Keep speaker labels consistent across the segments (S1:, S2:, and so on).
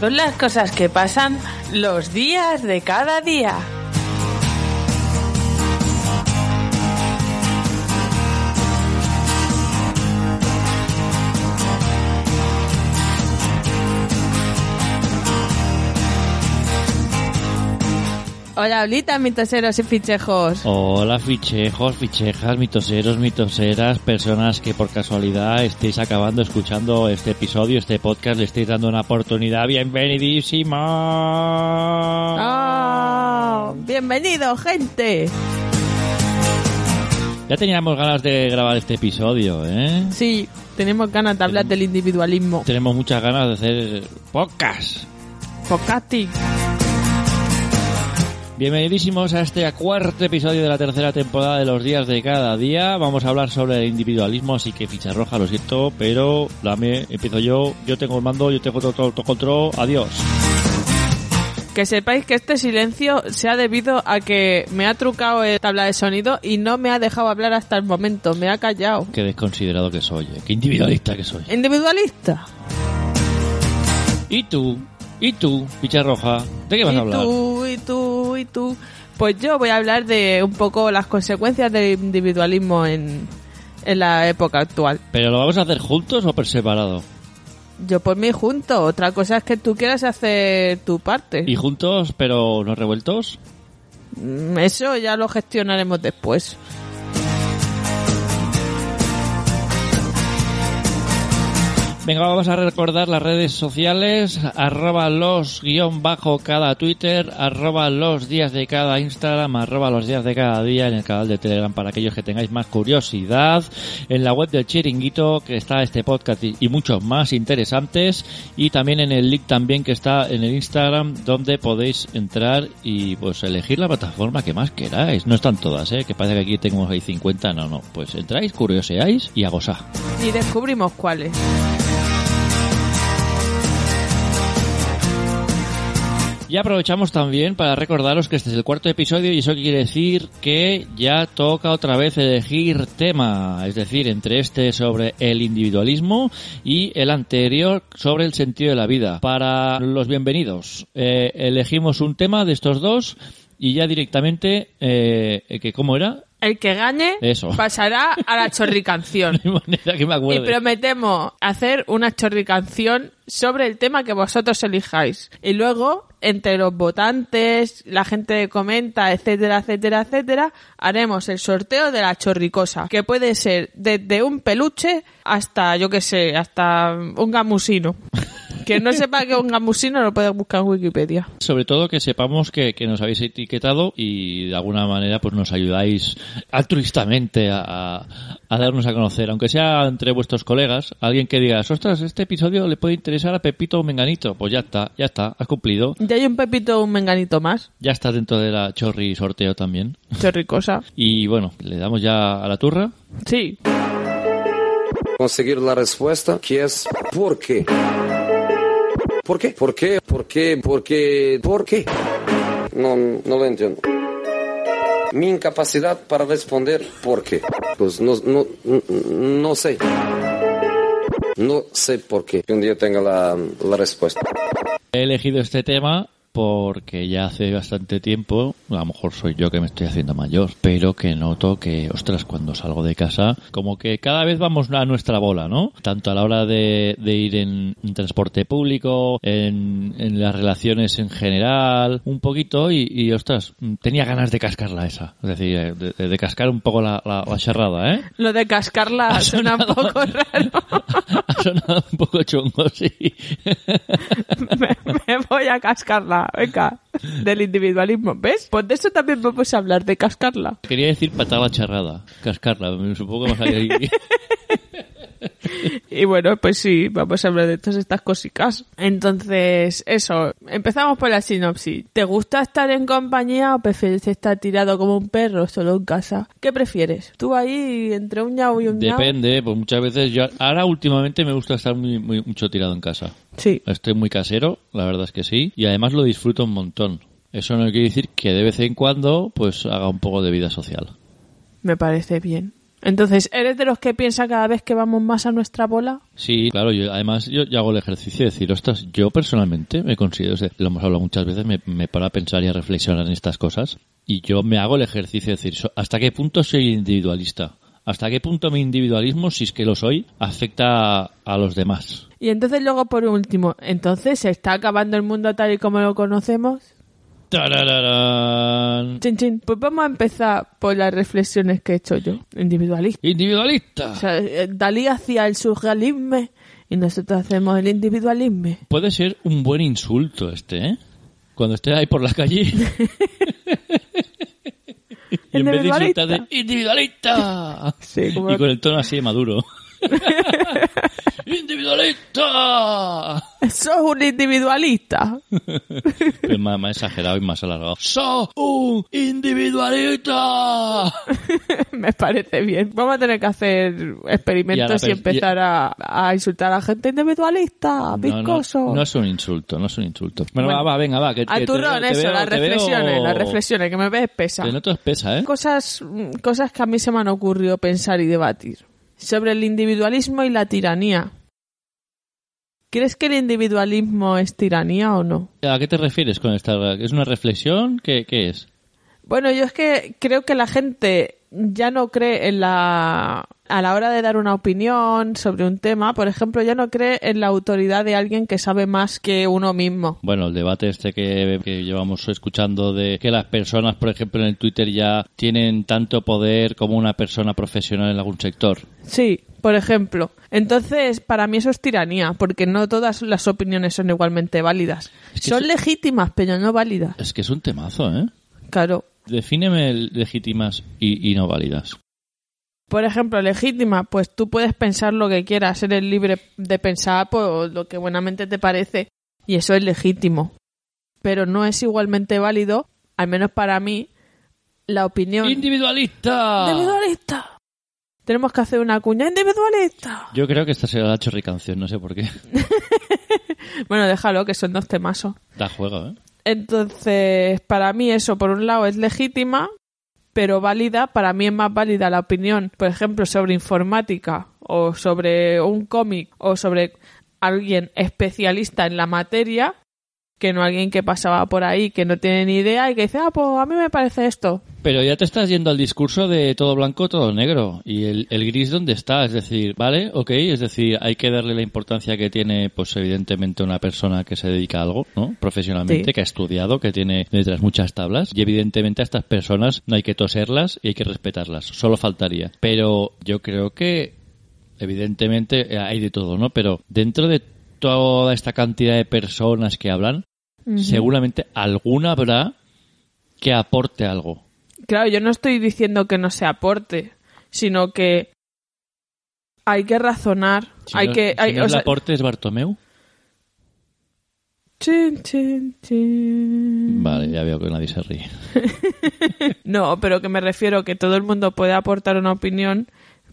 S1: Son las cosas que pasan los días de cada día. Hola, Olita, mitoseros y fichejos.
S2: Hola fichejos, fichejas, mitoseros, mitoseras, personas que por casualidad estéis acabando escuchando este episodio, este podcast, le estéis dando una oportunidad.
S1: Ah.
S2: ¡Bienvenidísima!
S1: ¡Oh! ¡Bienvenido, gente!
S2: Ya teníamos ganas de grabar este episodio, ¿eh?
S1: Sí, tenemos ganas de hablar del individualismo.
S2: Tenemos muchas ganas de hacer podcast.
S1: Podcasting.
S2: Bienvenidísimos a este cuarto episodio de la tercera temporada de Los Días de Cada Día. Vamos a hablar sobre el individualismo, así que ficha roja, lo siento, pero dame, empiezo yo, yo tengo el mando, yo tengo todo el control, adiós.
S1: Que sepáis que este silencio se ha debido a que me ha trucado el tabla de sonido y no me ha dejado hablar hasta el momento, me ha callado.
S2: Qué desconsiderado que soy, eh, qué individualista que soy.
S1: Individualista.
S2: ¿Y tú? ¿Y tú, ficha roja? ¿De qué vas
S1: y
S2: a hablar?
S1: tú, y tú, y tú. Pues yo voy a hablar de un poco las consecuencias del individualismo en, en la época actual.
S2: ¿Pero lo vamos a hacer juntos o por separado?
S1: Yo por mí junto, otra cosa es que tú quieras hacer tu parte.
S2: ¿Y juntos, pero no revueltos?
S1: Mm, Eso ya lo gestionaremos después.
S2: Venga, vamos a recordar las redes sociales, arroba los guión bajo cada Twitter, arroba los días de cada Instagram, arroba los días de cada día en el canal de Telegram para aquellos que tengáis más curiosidad, en la web del Chiringuito que está este podcast y y muchos más interesantes y también en el link también que está en el Instagram donde podéis entrar y pues elegir la plataforma que más queráis. No están todas, ¿eh? que parece que aquí tenemos ahí 50, no, no. Pues entráis, curioseáis y a gozar.
S1: Y descubrimos cuáles.
S2: Y aprovechamos también para recordaros que este es el cuarto episodio y eso quiere decir que ya toca otra vez elegir tema, es decir, entre este sobre el individualismo y el anterior sobre el sentido de la vida. Para los bienvenidos, eh, elegimos un tema de estos dos y ya directamente, eh, que ¿cómo era?
S1: El que gane
S2: Eso.
S1: pasará a la chorricanción.
S2: No hay manera que me
S1: y
S2: acuerde.
S1: prometemos hacer una chorricanción sobre el tema que vosotros elijáis. Y luego, entre los votantes, la gente que comenta, etcétera, etcétera, etcétera, haremos el sorteo de la chorricosa, que puede ser desde un peluche hasta, yo qué sé, hasta un gamusino. Que no sepa que es un gamusino lo puede buscar en Wikipedia.
S2: Sobre todo que sepamos que, que nos habéis etiquetado y de alguna manera pues nos ayudáis altruistamente a, a- a darnos a conocer, aunque sea entre vuestros colegas, alguien que diga, ostras, este episodio le puede interesar a Pepito o Menganito. Pues ya está, ya está, has cumplido.
S1: Ya hay un pepito, un menganito más.
S2: Ya estás dentro de la chorri sorteo también.
S1: Chorricosa.
S2: Y bueno, le damos ya a la turra.
S1: Sí.
S3: conseguir la respuesta que es ¿por qué? ¿Por qué? ¿Por qué? ¿Por qué? ¿Por qué? ¿Por qué? No, no lo entiendo. Mi incapacidad para responder ¿por qué? Pues no, no, no- no sé. No sé por qué. Que un día tenga la, la respuesta.
S2: He elegido este tema porque ya hace bastante tiempo, a lo mejor soy yo que me estoy haciendo mayor, pero que noto que, ostras, cuando salgo de casa, como que cada vez vamos a nuestra bola, ¿no? Tanto a la hora de, de ir en, en transporte público, en, en las relaciones en general, un poquito, y, y, ostras, tenía ganas de cascarla esa, es decir, eh, de, de- de cascar un poco la, la, la charrada, ¿eh?
S1: Lo de cascarla
S2: Ha
S1: suena un
S2: sonado-
S1: poco raro.
S2: Ha sonado un poco chungo, sí.
S1: me, me voy a cascarla. tema, venga, del individualismo. ¿Ves? Pues de eso también vamos a hablar, de cascarla.
S2: Quería decir patar la charrada, cascarla, supongo que más ahí.
S1: Y bueno, pues sí, vamos a hablar de todas estas cositas. Entonces, eso, empezamos por la sinopsis. ¿Te gusta estar en compañía o prefieres estar tirado como un perro solo en casa? ¿Qué prefieres? Tú ahí entre un ñau y un ñau.
S2: Depende, pues muchas veces yo ahora últimamente me gusta estar muy, muy- mucho tirado en casa.
S1: Sí,
S2: Estoy muy casero, la verdad es que sí, y además lo disfruto un montón. Eso no quiere decir que de vez en cuando pues haga un poco de vida social.
S1: me parece bien. Entonces, ¿eres de los que piensa cada vez que vamos más a nuestra bola?
S2: Sí, claro, yo además yo, yo hago el ejercicio de decir, ostras, yo personalmente me considero, o sea, lo hemos hablado muchas veces, me, me paro a pensar y a reflexionar en estas cosas y yo me hago el ejercicio de decir, so- ¿hasta qué punto soy individualista? ¿Hasta qué punto mi individualismo, si es que lo soy, afecta a, a los demás?
S1: Y entonces luego por último, entonces se está acabando el mundo tal y como lo conocemos.
S2: ¡Tarararán!
S1: Chin chin, pues vamos a empezar por las reflexiones que he hecho yo, individualista.
S2: ¡Individualista!
S1: O sea, eh, Dalí hacía el surrealismo y nosotros hacemos el individualismo.
S2: Puede ser un buen insulto este, ¿eh? Cuando estés ahí por la calle. y en vez de insultarte, ¡individualista!
S1: Sí, como-
S2: Y con el tono así de maduro. ¡Individualista!
S1: Sos un individualista.
S2: Pero más, más exagerado y más alargado. ¡Sos un individualista!
S1: Me parece bien. Vamos a tener que hacer
S2: Y ahora
S1: experimentos y,
S2: pens-
S1: empezar a, a insultar a gente individualista,
S2: No, no,
S1: viscoso.
S2: no es un insulto, no es un insulto. Bueno,
S1: Bueno.
S2: va, va, venga, va. Que, que
S1: Al
S2: te
S1: turrón,
S2: veo- te
S1: eso, eh,
S2: veo-
S1: las
S2: te veo-
S1: reflexiones, las reflexiones, que me ves pesa.
S2: Te noto espesa, ¿eh?
S1: Cosas, mm, cosas que a mí se me han ocurrido pensar y debatir. Sobre el individualismo y la tiranía. ¿Crees que el individualismo es tiranía o no?
S2: ¿A qué te refieres con esta? ¿Es una reflexión? ¿Qué, qué es?
S1: Bueno, yo es que creo que la gente ya no cree en la a la hora de dar una opinión sobre un tema, por ejemplo, ya no cree en la autoridad de alguien que sabe más que uno mismo.
S2: Bueno, el debate este que, que llevamos escuchando de que las personas, por ejemplo, en el Twitter ya tienen tanto poder como una persona profesional en algún sector.
S1: Sí, por ejemplo. Entonces, para mí eso es tiranía, porque no todas las opiniones son igualmente válidas.
S2: Es que
S1: son
S2: eso-
S1: legítimas, pero no válidas.
S2: Es que es un temazo, ¿eh?
S1: Claro.
S2: Defíneme el legítimas y, y no válidas.
S1: Por ejemplo, legítima, pues tú puedes pensar lo que quieras, eres libre de pensar por lo que buenamente te parece, y eso es legítimo. Pero no es igualmente válido, al menos para mí, la opinión
S2: ¡Individualista!
S1: individualista. Tenemos que hacer una cuña individualista.
S2: Yo creo que esta será la chorricanción, no sé por qué.
S1: Bueno, déjalo, que son dos temazos.
S2: Da juego, ¿eh?
S1: Entonces, para mí eso, por un lado, es legítima, pero válida, para mí es más válida la opinión, por ejemplo, sobre informática o sobre un cómic o sobre alguien especialista en la materia, que no alguien que pasaba por ahí, que no tiene ni idea y que dice, ah, pues a mí me parece esto.
S2: Pero ya te estás yendo al discurso de todo blanco, todo negro. ¿Y el, el gris dónde está? Es decir, ¿vale? Ok, es decir, hay que darle la importancia que tiene, pues evidentemente, una persona que se dedica a algo, ¿no? Profesionalmente,
S1: Sí.
S2: que ha estudiado, que tiene detrás muchas tablas. Y evidentemente a estas personas no hay que toserlas y hay que respetarlas. Solo faltaría. Pero yo creo que, evidentemente, eh, hay de todo, ¿no? Pero dentro de toda esta cantidad de personas que hablan, seguramente alguna habrá que aporte algo.
S1: Claro, yo no estoy diciendo que no se aporte, sino que hay que razonar,
S2: Si
S1: hay
S2: no-
S1: que...
S2: si
S1: hay-
S2: no
S1: o
S2: es
S1: sea-
S2: Laporte, es Bartomeu.
S1: Chin, chin, chin.
S2: Vale, ya veo que nadie se ríe.
S1: No, pero que me refiero que todo el mundo puede aportar una opinión,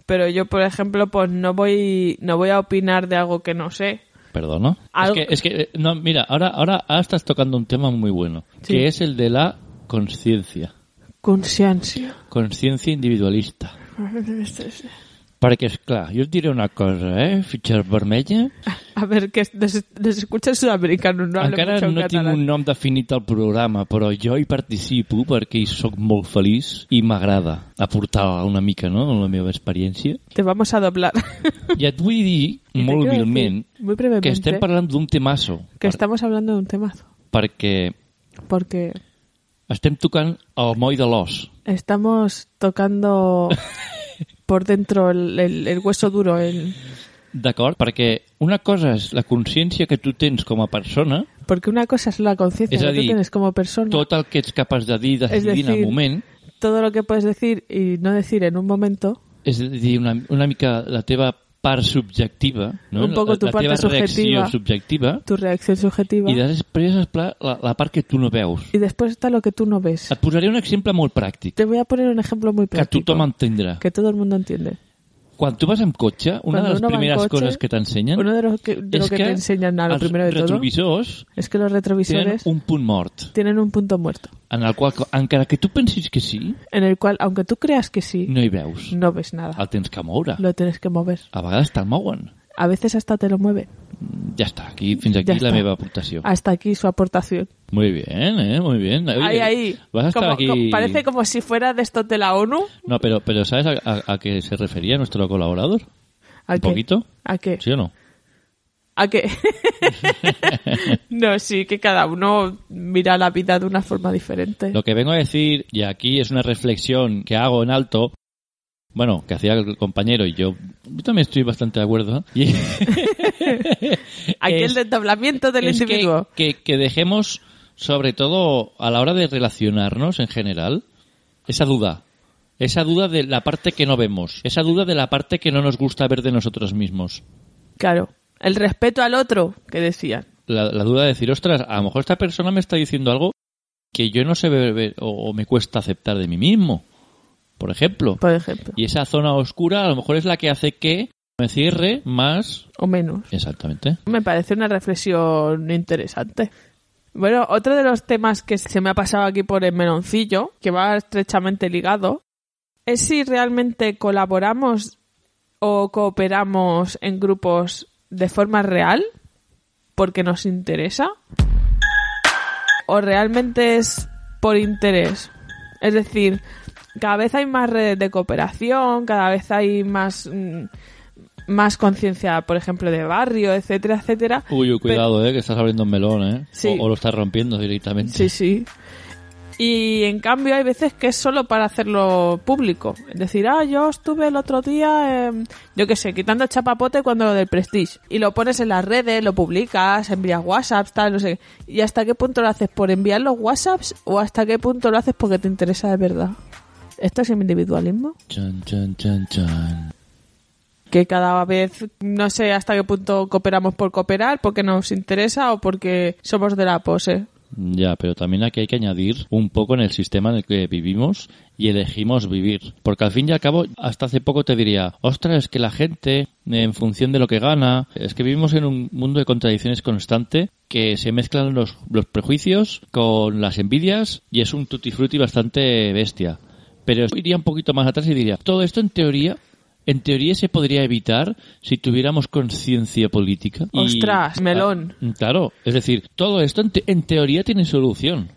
S1: pero yo, por ejemplo, pues no voy, no voy a opinar de algo que no sé.
S2: Perdono.
S1: Algo-
S2: Es que, es que eh, no, mira, ahora, ahora, ahora estás tocando un tema muy bueno,
S1: Sí.
S2: que es el de la conciencia.
S1: Consciència.
S2: Conciencia individualista. Perquè, esclar, jo et diré una cosa, eh? Fitxer vermella.
S1: A ver, que les, les escucha sudamericano, no habla
S2: Encara
S1: mucho en
S2: no tinc
S1: catalán.
S2: un nom definit al programa, però jo hi participo perquè hi sóc molt feliç i m'agrada aportar una mica, no?, la meva experiència.
S1: Te vamos a doblar.
S2: I et vull dir,
S1: te
S2: molt
S1: quiero decir,
S2: humilment,
S1: muy brevemente,
S2: que estem parlant d'un temasso.
S1: que estamos hablando de un temazo.
S2: perquè
S1: Porque
S2: estem tocant el moll de l'os.
S1: estamos tocando por dentro el, el- el hueso duro, el,
S2: D'acord, perquè una cosa és la consciència que tu tens com a persona,
S1: Porque una cosa es la conciencia
S2: Es
S1: que tú
S2: decir,
S1: tienes como persona,
S2: tot el que ets capaç de dir i decidir en el
S1: decir-
S2: moment,
S1: todo lo que puedes decir y no decir en un momento,
S2: és a dir, una, una mica la teva part subjectiva, no?
S1: Un poco
S2: la,
S1: tu
S2: la
S1: parte
S2: teva reacció
S1: subjetiva.
S2: subjectiva,
S1: tu reacción subjetiva.
S2: i després, esclar, la, la part que tu no veus.
S1: y después está lo que tú no ves.
S2: Et posaré un exemple molt pràctic,
S1: Te voy a poner un ejemplo muy
S2: que
S1: práctico.
S2: tothom entendrà.
S1: que todo el mundo entiende.
S2: Quan tu vas amb cotxe, una
S1: Cuando
S2: de les
S1: uno va en
S2: primeres
S1: coche,
S2: coses que t'ensenyen
S1: Uno de los que, de lo
S2: és
S1: que, te enseñan a lo
S2: els
S1: primero de todo
S2: retrovisors
S1: es que los
S2: tenen
S1: retrovisores
S2: un punt mort,
S1: tienen un punto muerto,
S2: en el qual, encara que tu pensis que sí,
S1: en el cual, aunque tú creas que sí,
S2: no hi veus.
S1: no ves nada.
S2: El tens que moure.
S1: Lo tienes que mover.
S2: A vegades te'l mouen.
S1: A veces hasta te lo mueve.
S2: Ja està, aquí, fins aquí
S1: Ja
S2: la
S1: està. Ah.
S2: meva aportació.
S1: Hasta aquí su aportación.
S2: Muy bien, eh? Muy bien. Oye,
S1: ahí, ahí.
S2: Vas a estar
S1: Como-
S2: aquí...
S1: como- parece como si fuera de estos de la ONU.
S2: No, pero, pero ¿sabes a, a- a qué se refería nuestro colaborador?
S1: ¿A
S2: ¿Un
S1: qué?
S2: poquito?
S1: ¿A qué?
S2: ¿Sí o no?
S1: ¿A qué? no, sí, que cada uno mira la vida de una forma diferente.
S2: Lo que vengo a decir, y aquí es una reflexión que hago en alto, bueno, que hacía el compañero y yo, yo también estoy bastante de acuerdo, y
S1: Aquí
S2: es-
S1: el desdoblamiento del
S2: es que-
S1: individuo.
S2: Que, que dejemos, sobre todo a la hora de relacionarnos en general, esa duda. Esa duda de la parte que no vemos, esa duda de la parte que no nos gusta ver de nosotros mismos.
S1: Claro. El respeto al otro, que decían.
S2: la, la duda de decir, ostras, a lo mejor esta persona me está diciendo algo que yo no sé ver, ver- o, o me cuesta aceptar de mí mismo, por ejemplo.
S1: Por ejemplo.
S2: Y esa zona oscura a lo mejor es la que hace que me cierre más.
S1: O menos.
S2: Exactamente.
S1: Me parece una reflexión interesante. Bueno, otro de los temas que se me ha pasado aquí por el meloncillo, que va estrechamente ligado, es si realmente colaboramos o cooperamos en grupos de forma real, porque nos interesa, o realmente es por interés. Es decir, cada vez hay más redes de cooperación, cada vez hay más, mm, más conciencia, por ejemplo, de barrio, etcétera, etcétera.
S2: Uy,
S1: Pero-
S2: uy, cuidado, eh, que estás abriendo un melón, eh.
S1: Sí.
S2: O, o lo estás rompiendo directamente.
S1: Sí, sí. Y en cambio hay veces que es solo para hacerlo público. Es decir, ah, yo estuve el otro día, em, yo qué sé, quitando el chapapote cuando lo del Prestige. Y lo pones en las redes, lo publicas, envías WhatsApps, tal, no sé. qué. ¿Y hasta qué punto lo haces por enviar los WhatsApps o hasta qué punto lo haces porque te interesa de verdad? ¿Esto es individualismo?
S2: Chan, chan, chan, chan.
S1: que cada vez no sé hasta qué punto cooperamos por cooperar, porque nos interesa o porque somos de la pose.
S2: Ya, pero también aquí hay que añadir un poco en el sistema en el que vivimos y elegimos vivir. Porque al fin y al cabo, hasta hace poco te diría, ostras, es que la gente, en función de lo que gana, es que vivimos en un mundo de contradicciones constante que se mezclan los, los prejuicios con las envidias y es un tutti frutti bastante bestia. Pero iría un poquito más atrás y diría, todo esto en teoría... En teoría se podría evitar si tuviéramos conciencia política. y-
S1: Ostras, melón.
S2: Ah, Claro, es decir, todo esto en, te- en teoría tiene solución.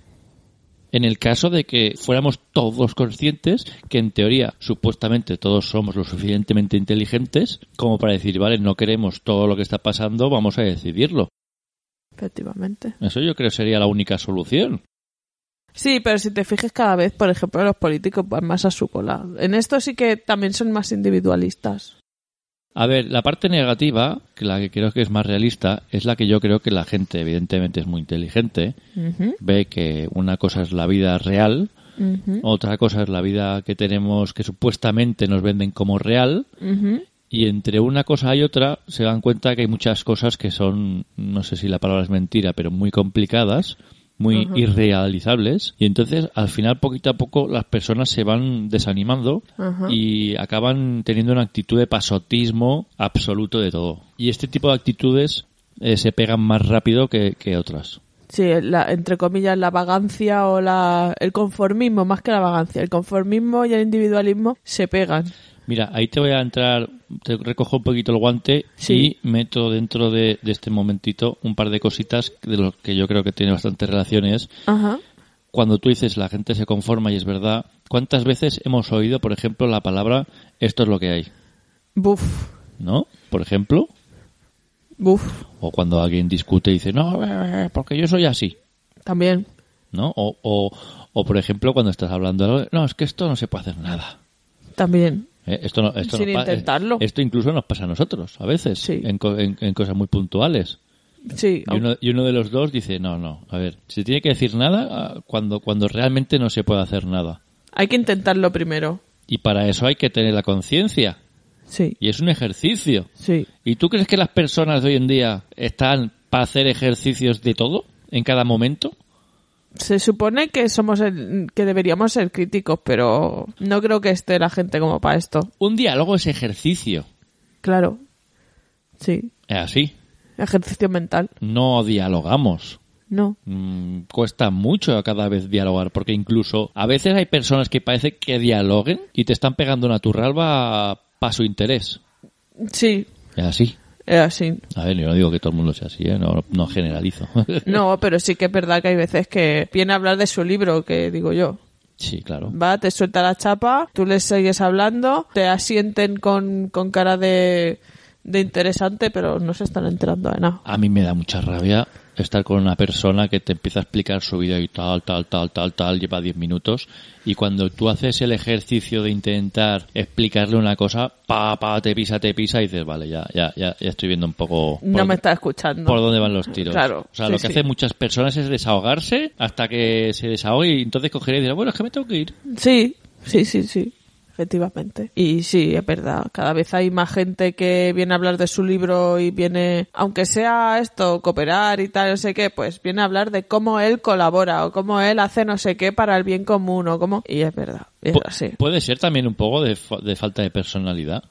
S2: En el caso de que fuéramos todos conscientes que en teoría supuestamente todos somos lo suficientemente inteligentes como para decir, vale, no queremos todo lo que está pasando, vamos a decidirlo.
S1: Efectivamente.
S2: Eso yo creo sería la única solución.
S1: Sí, pero si te fijas cada vez, por ejemplo, los políticos van más a su cola. En esto sí que también son más individualistas.
S2: A ver, la parte negativa, que la que creo que es más realista, es la que yo creo que la gente evidentemente es muy inteligente,
S1: Ujú,
S2: ve que una cosa es la vida real,
S1: ujú,
S2: otra cosa es la vida que tenemos que supuestamente nos venden como real,
S1: ujú.
S2: Y entre una cosa y otra se dan cuenta que hay muchas cosas que son, no sé si la palabra es mentira, pero muy complicadas, muy irrealizables. Y entonces, al final, poquito a poco, las personas se van desanimando
S1: Ajá.
S2: y acaban teniendo una actitud de pasotismo absoluto de todo. Y este tipo de actitudes eh, se pegan más rápido que, que otras.
S1: Sí, la- entre comillas, la vagancia o la, el conformismo, más que la vagancia. El conformismo y el individualismo se pegan.
S2: Mira, ahí te voy a entrar, te recojo un poquito el guante
S1: Sí.
S2: y meto dentro de, de este momentito un par de cositas de lo que yo creo que tiene bastantes relaciones.
S1: Ajá.
S2: Cuando tú dices la gente se conforma y es verdad, ¿cuántas veces hemos oído, por ejemplo, la palabra esto es lo que hay?
S1: Buf,
S2: ¿No? Por ejemplo,
S1: buf,
S2: o cuando alguien discute y dice, no, eh, porque yo soy así,
S1: también.
S2: ¿no? O, o, o, por ejemplo, cuando estás hablando, de algo, no, es que esto no se puede hacer nada.
S1: También.
S2: Eh, Esto, no, esto,
S1: Sin
S2: nos pa-
S1: intentarlo.
S2: esto incluso nos pasa a nosotros, a veces,
S1: Sí.
S2: en, co- en- en cosas muy puntuales.
S1: Sí,
S2: Y uno, y uno de los dos dice, no, no, a ver, se tiene que decir nada ah, cuando, cuando realmente no se puede hacer nada.
S1: hay que intentarlo primero.
S2: Y para eso hay que tener la conciencia.
S1: Sí,
S2: Y es un ejercicio.
S1: sí.
S2: ¿Y tú crees que las personas de hoy en día están para hacer ejercicios de todo, en cada momento?
S1: Se supone que somos el- que deberíamos ser críticos, pero no creo que esté la gente como para esto.
S2: Un diálogo es ejercicio.
S1: Claro. Sí.
S2: Es así.
S1: Ejercicio mental.
S2: No dialogamos.
S1: No.
S2: Mm, cuesta mucho cada vez dialogar, porque incluso a veces hay personas que parece que dialoguen y te están pegando una turralba para su interés.
S1: Sí,
S2: Es así.
S1: es así.
S2: A ver, yo no digo que todo el mundo sea así, ¿eh? no, no generalizo.
S1: No, pero sí que es verdad que hay veces que viene a hablar de su libro, que digo yo.
S2: sí, claro.
S1: Va, te suelta la chapa, tú le sigues hablando, te asienten con, con cara de, de interesante, pero no se están enterando de nada.
S2: A mí me da mucha rabia estar con una persona que te empieza a explicar su vida y tal, tal, tal, tal, tal, lleva 10 minutos y cuando tú haces el ejercicio de intentar explicarle una cosa, pa, pa, te pisa, te pisa y dices, vale, ya, ya, ya, ya estoy viendo un poco... por
S1: No me
S2: dónde-
S1: está escuchando.
S2: Pues por dónde van los tiros.
S1: Claro,
S2: O sea,
S1: sí,
S2: lo que
S1: sí.
S2: hacen muchas personas es desahogarse hasta que se desahogue y entonces cogeré y dirá, bueno, es que me tengo que ir.
S1: Sí, sí, sí, sí, efectivamente. Y sí, es verdad, cada vez hay más gente que viene a hablar de su libro y viene, aunque sea esto, cooperar y tal, no sé qué, pues viene a hablar de cómo él colabora o cómo él hace no sé qué para el bien común o cómo... Y es verdad, es
S2: Pu-
S1: así.
S2: Puede ser también un poco de, fa- de falta de personalidad.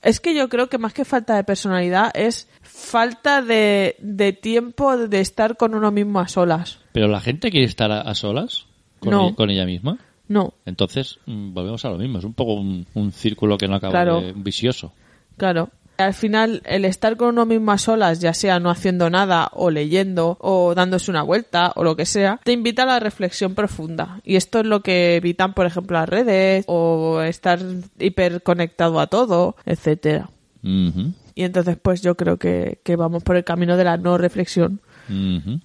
S1: Es que yo creo que más que falta de personalidad es falta de, de tiempo de estar con uno mismo a solas.
S2: Pero la gente quiere estar a, a solas con,
S1: No.
S2: ella, con ella misma.
S1: No,
S2: Entonces, mm, volvemos a lo mismo. Es un poco un, un círculo que no acaba
S1: Claro.
S2: de- un vicioso.
S1: Claro. Al final, el estar con uno mismo a solas, ya sea no haciendo nada, o leyendo, o dándose una vuelta, o lo que sea, te invita a la reflexión profunda. Y esto es lo que evitan, por ejemplo, las redes, o estar hiperconectado a todo, etcétera.
S2: Ujú,
S1: Y entonces, pues yo creo que, que vamos por el camino de la no reflexión.
S2: ujú.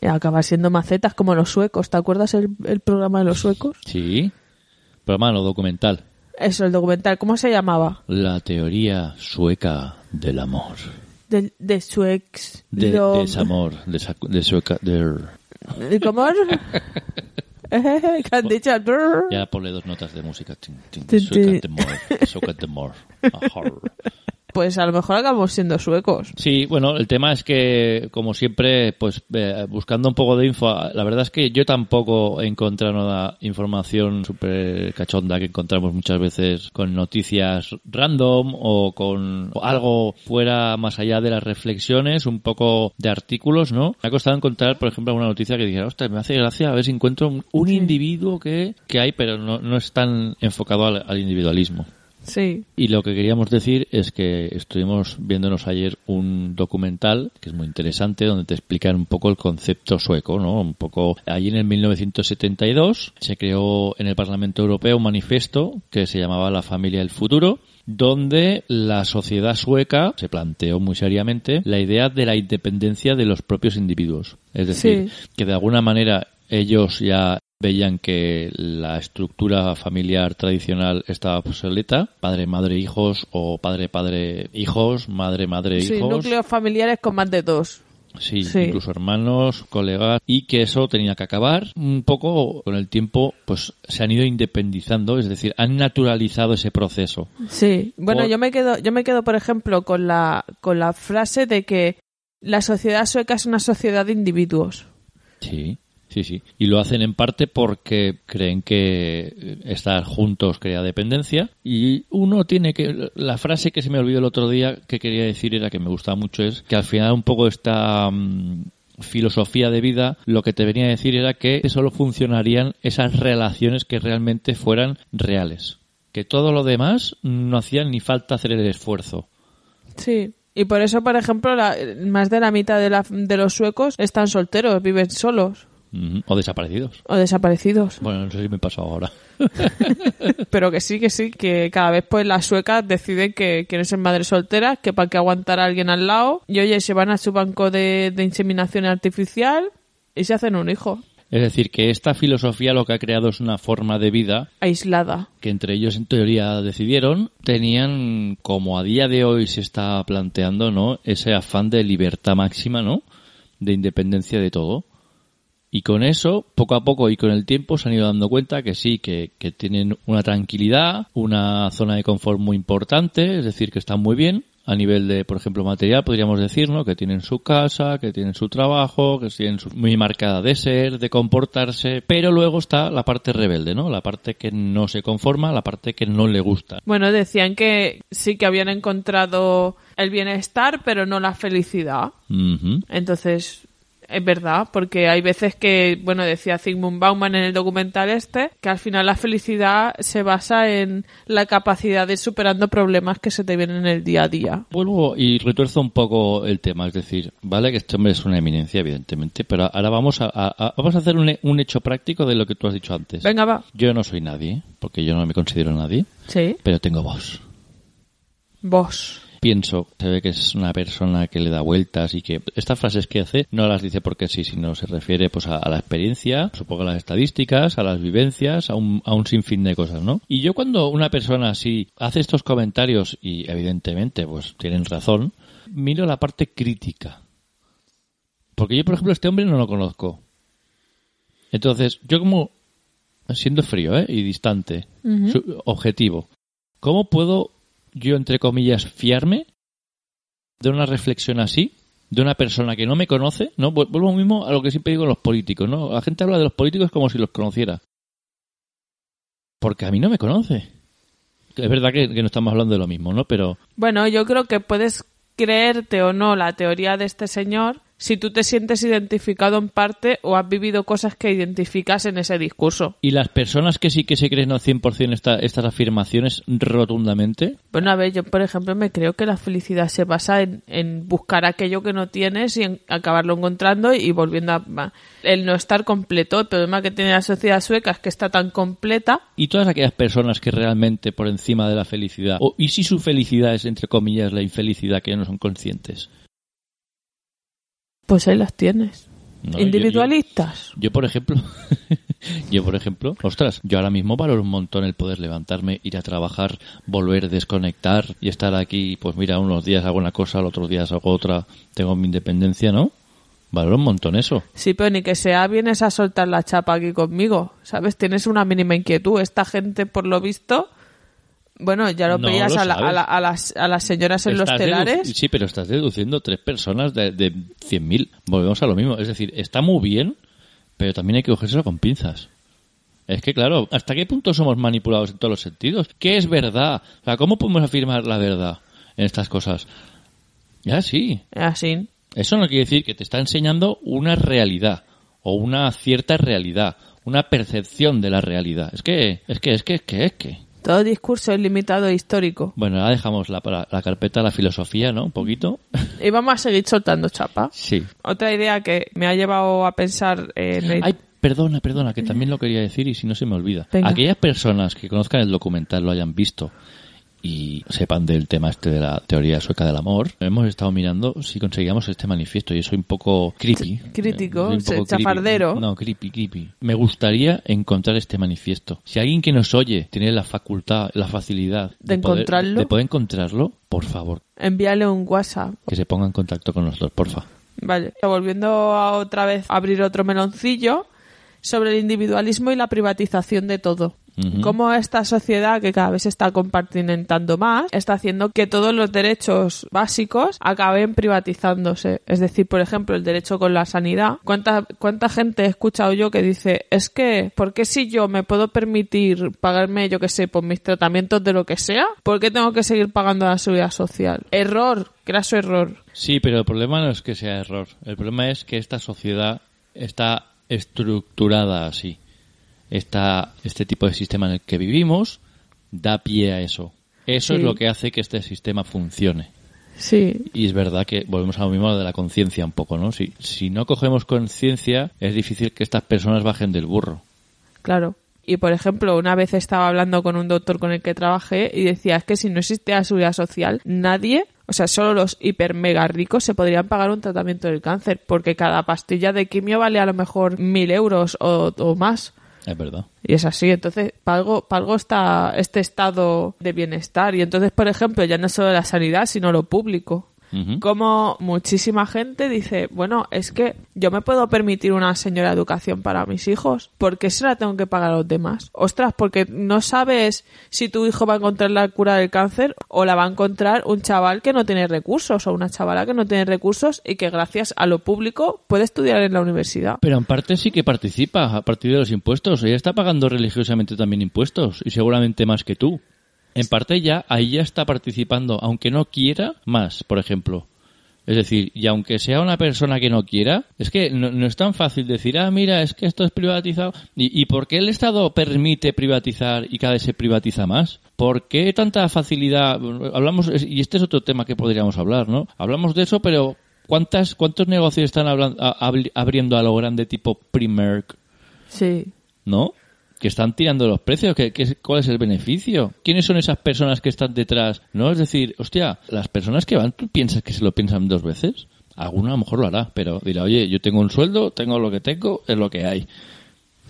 S1: Y acaba siendo macetas como los suecos. ¿Te acuerdas el, el programa de los suecos?
S2: Sí. Pero mano, documental.
S1: Eso, el documental, ¿cómo se llamaba?
S2: La teoría sueca del amor.
S1: De, de Suex.
S2: De,
S1: lo-
S2: Desamor. De, sa- de sueca. de-
S1: ¿Y cómo es? Eh, que han dicho brr.
S2: Ya ponle dos notas de música. Tin, tin,
S1: Tin,
S2: suck at
S1: tin.
S2: the more, suck at the more. Ajor.
S1: Pues a lo mejor acabamos siendo suecos.
S2: Sí, bueno, el tema es que, como siempre, pues eh, buscando un poco de info, la verdad es que yo tampoco he encontrado nada, información súper cachonda que encontramos muchas veces con noticias random o con algo fuera más allá de las reflexiones, un poco de artículos, ¿no? Me ha costado encontrar, por ejemplo, alguna noticia que dijera, hostia, me hace gracia a ver si encuentro un, un individuo que, que hay, pero no, no es tan enfocado al- al individualismo.
S1: Sí.
S2: Y lo que queríamos decir es que estuvimos viéndonos ayer un documental que es muy interesante donde te explican un poco el concepto sueco, ¿no? Un poco allí en el 1972 se creó en el Parlamento Europeo un manifiesto que se llamaba La familia del futuro donde la sociedad sueca se planteó muy seriamente la idea de la independencia de los propios individuos, es decir, que de alguna manera ellos ya veían que la estructura familiar tradicional estaba obsoleta, padre, madre, hijos o padre, padre, hijos, madre, madre,
S1: Sí,
S2: hijos,
S1: núcleos familiares con más de dos.
S2: sí,
S1: sí.
S2: incluso hermanos, colegas, y que eso tenía que acabar. Un poco con el tiempo, pues se han ido independizando, es decir, han naturalizado ese proceso.
S1: Sí. Bueno,
S2: Por-
S1: yo me quedo, yo me quedo, por ejemplo, con la, con la frase de que la sociedad sueca es una sociedad de individuos.
S2: Sí, sí, sí. Y lo hacen en parte porque creen que eh, estar juntos crea dependencia. Y uno tiene que. La frase que se me olvidó el otro día que quería decir era que me gustaba mucho es que al final un poco esta. mm, filosofía de vida lo que te venía a decir era que solo funcionarían esas relaciones que realmente fueran reales que todo lo demás no hacía ni falta hacer el esfuerzo
S1: Sí. Y por eso, por ejemplo, la- más de la mitad de, la- de los suecos están solteros, viven solos
S2: Ujú. Mm, o desaparecidos
S1: o desaparecidos.
S2: bueno no sé si me pasó ahora
S1: Pero que sí, que sí, que cada vez pues las suecas deciden que quieren ser madres solteras, que para que aguantar a alguien al lado. Y oye, se van a su banco de, de inseminación artificial y se hacen un hijo.
S2: Es decir, que esta filosofía lo que ha creado es una forma de vida
S1: aislada.
S2: que entre ellos en teoría decidieron, tenían como a día de hoy se está planteando, ¿no? Ese afán de libertad máxima, ¿no? De independencia de todo. Y con eso, poco a poco y con el tiempo, se han ido dando cuenta que sí, que, que tienen una tranquilidad, una zona de confort muy importante, es decir, que están muy bien a nivel de, por ejemplo, material, podríamos decir, ¿no? Que tienen su casa, que tienen su trabajo, que tienen su, muy marcada de ser, de comportarse, pero luego está la parte rebelde, ¿no? La parte que no se conforma, la parte que no le gusta.
S1: Bueno, decían que sí que habían encontrado el bienestar, pero no la felicidad.
S2: Ujú.
S1: Entonces, es verdad, porque hay veces que, bueno, decía Zygmunt Bauman en el documental este, que al final la felicidad se basa en la capacidad de ir superando problemas que se te vienen en el día a día.
S2: Vuelvo y retuerzo un poco el tema, es decir, vale que este hombre es una eminencia, evidentemente, pero ahora vamos a, a- a- vamos a hacer un, he- un hecho práctico de lo que tú has dicho antes.
S1: Venga, va.
S2: Yo no soy nadie, porque yo no me considero nadie,
S1: Sí.
S2: pero tengo voz.
S1: Vos.
S2: Pienso, se ve que es una persona que le da vueltas y que estas frases que hace no las dice porque sí, sino se refiere pues a, a la experiencia, supongo a las estadísticas, a las vivencias, a un, a un sinfín de cosas, ¿no? Y yo cuando una persona así hace estos comentarios y evidentemente pues tienen razón, miro la parte crítica. Porque yo, por ejemplo, este hombre no lo conozco. Entonces, yo como, siendo frío ¿eh? y distante, su- objetivo, ¿cómo puedo yo, entre comillas, fiarme de una reflexión así, de una persona que no me conoce? no Vu- Vuelvo mismo a lo que siempre digo de los políticos, ¿no? La gente habla de los políticos como si los conociera. Porque a mí no me conoce. Es verdad que, que no estamos hablando de lo mismo, ¿no? Pero
S1: Bueno, yo creo que puedes creerte o no la teoría de este señor si tú te sientes identificado en parte o has vivido cosas que identificas en ese discurso.
S2: ¿Y las personas que sí que se creen al 100% esta- estas afirmaciones rotundamente?
S1: Bueno, a ver, yo por ejemplo me creo que la felicidad se basa en, en buscar aquello que no tienes y en acabarlo encontrando y volviendo a... a- El no estar completo, el problema que tiene la sociedad sueca es que está tan completa.
S2: ¿Y todas aquellas personas que realmente por encima de la felicidad? O, ¿Y si su felicidad es, entre comillas, la infelicidad que no son conscientes?
S1: Pues ahí las tienes.
S2: No, yo-
S1: Individualistas.
S2: Yo, yo, por ejemplo, yo, por ejemplo, ostras, yo ahora mismo valoro un montón el poder levantarme, ir a trabajar, volver, desconectar y estar aquí, pues mira, unos días hago una cosa, los otros días hago otra, tengo mi independencia, ¿no? Valoro un montón eso.
S1: Sí, pero ni que sea vienes a soltar la chapa aquí conmigo, ¿sabes? Tienes una mínima inquietud. Esta gente, por lo visto, bueno, ya lo
S2: No,
S1: veías
S2: lo
S1: a, la- a
S2: sabes.
S1: la- a las, a las señoras en los
S2: Estás
S1: telares.
S2: dedu- Sí, pero estás deduciendo tres personas de, de 100.000. Volvemos a lo mismo. Es decir, está muy bien, pero también hay que cogérselo con pinzas. Es que, claro, ¿hasta qué punto somos manipulados en todos los sentidos? ¿Qué es verdad? O sea, ¿cómo podemos afirmar la verdad en estas cosas? Ya sí.
S1: Así.
S2: Eso no quiere decir que te está enseñando una realidad o una cierta realidad, una percepción de la realidad. Es que, es que, es que, es que, es que.
S1: Todo discurso es limitado e histórico.
S2: Bueno, ahora dejamos la, la, la carpeta, la filosofía, ¿no? Un poquito.
S1: Y vamos a seguir soltando chapa.
S2: Sí.
S1: Otra idea que me ha llevado a pensar en el-
S2: Ay, perdona, perdona, que también lo quería decir y si no se me olvida.
S1: Venga.
S2: Aquellas personas que conozcan el documental, lo hayan visto y sepan del tema este de la teoría sueca del amor, hemos estado mirando si conseguíamos este manifiesto y soy un poco creepy.
S1: crítico,
S2: soy un
S1: se- chafardero.
S2: No, creepy, creepy. Me gustaría encontrar este manifiesto. Si alguien que nos oye tiene la facultad, la facilidad
S1: De
S2: poder-
S1: encontrarlo.
S2: de poder encontrarlo, por favor,
S1: envíale un WhatsApp.
S2: que se ponga en contacto con nosotros, porfa.
S1: Vale, volviendo a otra vez a abrir otro meloncillo sobre el individualismo y la privatización de todo.
S2: Ujú.
S1: Cómo esta sociedad que cada vez se está compartimentando más está haciendo que todos los derechos básicos acaben privatizándose. Es decir, por ejemplo, el derecho con la sanidad. ¿Cuánta, cuánta gente he escuchado yo que dice, es que, ¿por qué si yo me puedo permitir pagarme, yo qué sé, por mis tratamientos de lo que sea? ¿Por qué tengo que seguir pagando la seguridad social? Error, graso error.
S2: Sí, pero el problema no es que sea error. El problema es que esta sociedad está estructurada así. Esta, este tipo de sistema en el que vivimos da pie a eso. Eso
S1: Sí.
S2: es lo que hace que este sistema funcione.
S1: Sí,
S2: Y es verdad que volvemos a lo mismo de la conciencia un poco, ¿no? Si, si no cogemos conciencia, es difícil que estas personas bajen del burro.
S1: Claro. Y por ejemplo, una vez estaba hablando con un doctor con el que trabajé y decía, es que si no existe la seguridad social, nadie O sea, solo los hiper mega ricos se podrían pagar un tratamiento del cáncer, porque cada pastilla de quimio vale a lo mejor mil euros o, o más.
S2: Es verdad.
S1: Y es así, entonces, para algo, para algo está este estado de bienestar. Y entonces, por ejemplo, ya no solo la sanidad, sino lo público.
S2: Ujú.
S1: Como muchísima gente dice, bueno, es que yo me puedo permitir una señora educación para mis hijos, porque se la tengo que pagar a los demás. Ostras, porque no sabes si tu hijo va a encontrar la cura del cáncer o la va a encontrar un chaval que no tiene recursos o una chavala que no tiene recursos y que gracias a lo público puede estudiar en la universidad.
S2: Pero en parte sí que participa a partir de los impuestos. Ella está pagando religiosamente también impuestos y seguramente más que tú. En parte ya, ahí ya está participando, aunque no quiera, más, por ejemplo. Es decir, y aunque sea una persona que no quiera, es que no, no es tan fácil decir, ah, mira, es que esto es privatizado. ¿Y, ¿Y por qué el Estado permite privatizar y cada vez se privatiza más? ¿Por qué tanta facilidad? Hablamos, y este es otro tema que podríamos hablar, ¿no? Hablamos de eso, pero ¿cuántas, ¿cuántos negocios están hablan- a- abri- abriendo a lo grande tipo Primerk?
S1: Sí.
S2: ¿no? Que están tirando los precios. que que- ¿Cuál es el beneficio? ¿Quiénes son esas personas que están detrás? No, es decir, hostia, las personas que van, ¿tú piensas que se lo piensan dos veces? Alguno a lo mejor lo hará, pero dirá, oye, yo tengo un sueldo, tengo lo que tengo, es lo que hay.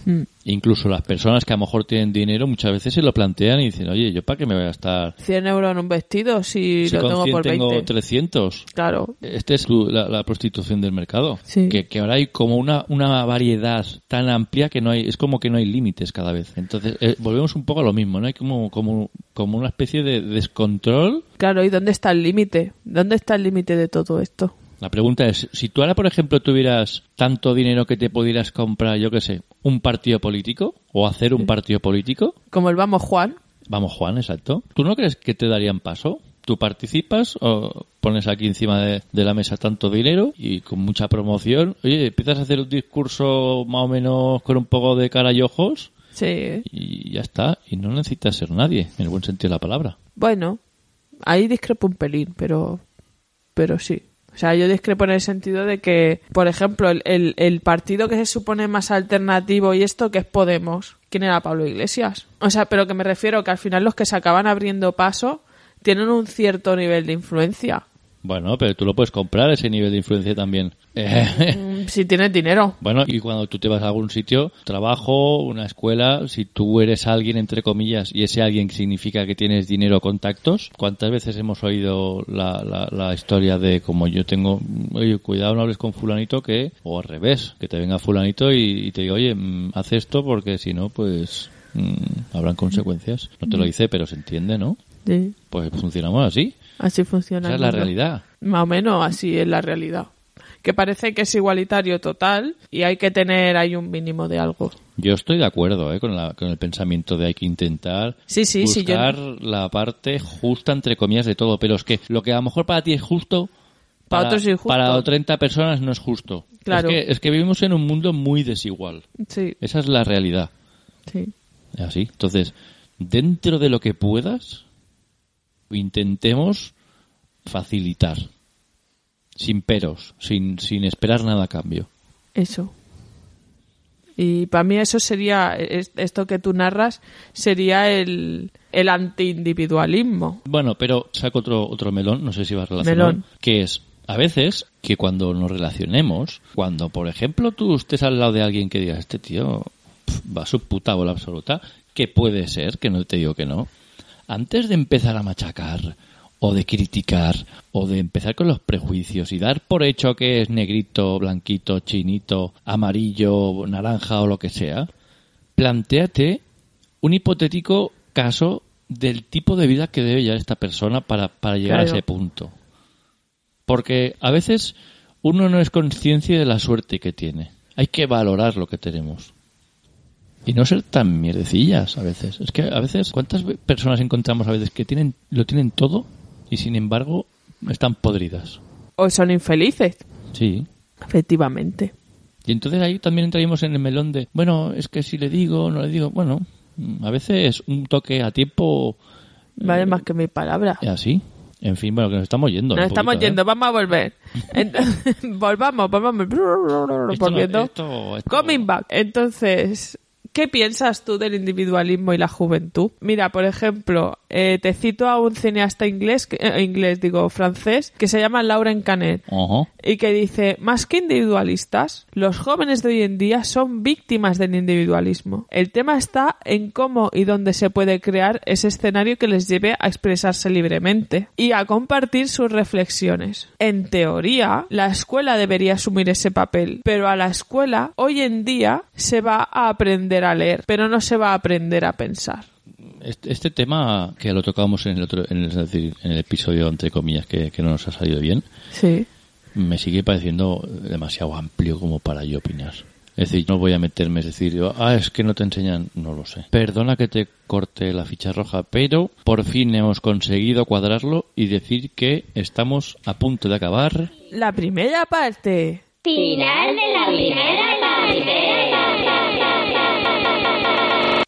S1: Mm.
S2: Incluso las personas que a lo mejor tienen dinero muchas veces se lo plantean y dicen, oye, ¿yo para qué me voy a gastar?
S1: 100 euros en un vestido si,
S2: si
S1: lo
S2: con
S1: tengo
S2: 100
S1: por 20.
S2: tengo 300.
S1: Claro.
S2: Esta Este es tu- la, la prostitución del mercado.
S1: Sí.
S2: Que, que ahora hay como una, una variedad tan amplia que no hay, es como que no hay límites cada vez. Entonces, eh, volvemos un poco a lo mismo, ¿no? Hay como, como, como una especie de descontrol.
S1: Claro, ¿y dónde está el límite? ¿Dónde está el límite de todo esto?
S2: La pregunta es, si tú ahora, por ejemplo, tuvieras tanto dinero que te pudieras comprar, yo qué sé, un partido político o hacer un partido político,
S1: Como el vamos Juan,
S2: Vamos, Juan, exacto. ¿Tú no crees que te darían paso? Tú participas o pones aquí encima de, de la mesa tanto dinero y con mucha promoción. Oye, empiezas a hacer un discurso más o menos con un poco de cara y ojos
S1: sí.
S2: y ya está. Y no necesitas ser nadie, en el buen sentido de la palabra.
S1: Bueno, ahí discrepo un pelín, pero, pero sí. O sea, yo discrepo en el sentido de que, por ejemplo, el, el- el partido que se supone más alternativo y esto, que es Podemos, ¿quién era Pablo Iglesias? O sea, pero que me refiero que al final los que se acaban abriendo paso tienen un cierto nivel de influencia.
S2: Bueno, pero tú lo puedes comprar ese nivel de influencia también. Eh,
S1: Mm, Si tienes dinero.
S2: Bueno, y cuando tú te vas a algún sitio, trabajo, una escuela, si tú eres alguien, entre comillas, y ese alguien significa que tienes dinero o contactos, ¿cuántas veces hemos oído la, la- la historia de como yo tengo, oye, cuidado, no hables con fulanito que, o al revés, que te venga fulanito y, y te diga, oye, mm, haz esto porque si no, pues mm, habrán consecuencias. No te lo dice, pero se entiende, ¿no?
S1: Sí,
S2: Pues funcionamos así.
S1: así funciona.
S2: Esa
S1: el
S2: es la
S1: mundo.
S2: realidad.
S1: Más o menos así es la realidad. Que parece que es igualitario total y hay que tener ahí un mínimo de algo.
S2: Yo estoy de acuerdo ¿eh? con, la- con el pensamiento de hay que intentar
S1: Sí, sí, sí, yo-
S2: buscar la parte justa, entre comillas, de todo. Pero es que lo que a lo mejor para ti es justo,
S1: Para otros es injusto.
S2: para 30 personas no es justo.
S1: Claro.
S2: Es, que, es que vivimos en un mundo muy desigual.
S1: Sí,
S2: Esa es la realidad.
S1: sí.
S2: Es Así. Entonces, dentro de lo que puedas, intentemos facilitar. Sin peros, sin, sin esperar nada a cambio.
S1: Eso. Y para mí eso sería, es- esto que tú narras, sería el, el antiindividualismo.
S2: Bueno, pero saco otro, otro melón, no sé si va relacionado.
S1: Melón.
S2: Que es, a veces, que cuando nos relacionemos, cuando, por ejemplo, tú estés al lado de alguien que diga, este tío pf, va a su puta bola absoluta, que puede ser, que no te digo que no, antes de empezar a machacar, o de criticar, o de empezar con los prejuicios y dar por hecho que es negrito, blanquito, chinito, amarillo, naranja o lo que sea, planteate un hipotético caso del tipo de vida que debe llevar esta persona para, para llegar a
S1: Claro.
S2: ese punto. Porque a veces uno no es conciencia de la suerte que tiene. Hay que valorar lo que tenemos. Y no ser tan mierdecillas a veces. Es que a veces, ¿cuántas ve- personas encontramos a veces que tienen, lo tienen todo y sin embargo están podridas?
S1: O son infelices,
S2: Sí.
S1: efectivamente.
S2: Y entonces ahí también entraríamos en el melón de, bueno, es que si le digo, no le digo, bueno, mm, a veces un toque a tiempo
S1: Vale más que mi palabra.
S2: es así. En fin, bueno, que nos estamos yendo.
S1: Nos
S2: un
S1: estamos
S2: poquito, ¿eh?
S1: yendo, vamos a volver. Entonces, volvamos, volvamos.
S2: Esto no-
S1: volviendo.
S2: esto- esto-
S1: Coming back. Entonces, ¿Qué piensas tú del individualismo y la juventud? Mira, por ejemplo, eh, te cito a un cineasta inglés, que- eh, inglés digo francés, que se llama Lauren Canet
S2: Ojo.
S1: y que dice, más que individualistas, los jóvenes de hoy en día son víctimas del individualismo. El tema está en cómo y dónde se puede crear ese escenario que les lleve a expresarse libremente y a compartir sus reflexiones. En teoría, la escuela debería asumir ese papel, pero a la escuela hoy en día se va a aprender a leer, pero no se va a aprender a pensar.
S2: Este, este tema que lo tocábamos en el otro, en el, es decir, en el episodio entre comillas que, que no nos ha salido bien,
S1: Sí.
S2: me sigue pareciendo demasiado amplio como para yo opinar. Es decir, no voy a meterme, es decir, ah, es que no te enseñan, no lo sé. Perdona que te corte la ficha roja, pero por fin hemos conseguido cuadrarlo y decir que estamos a punto de acabar
S1: La primera parte.
S4: Final de la primera parte.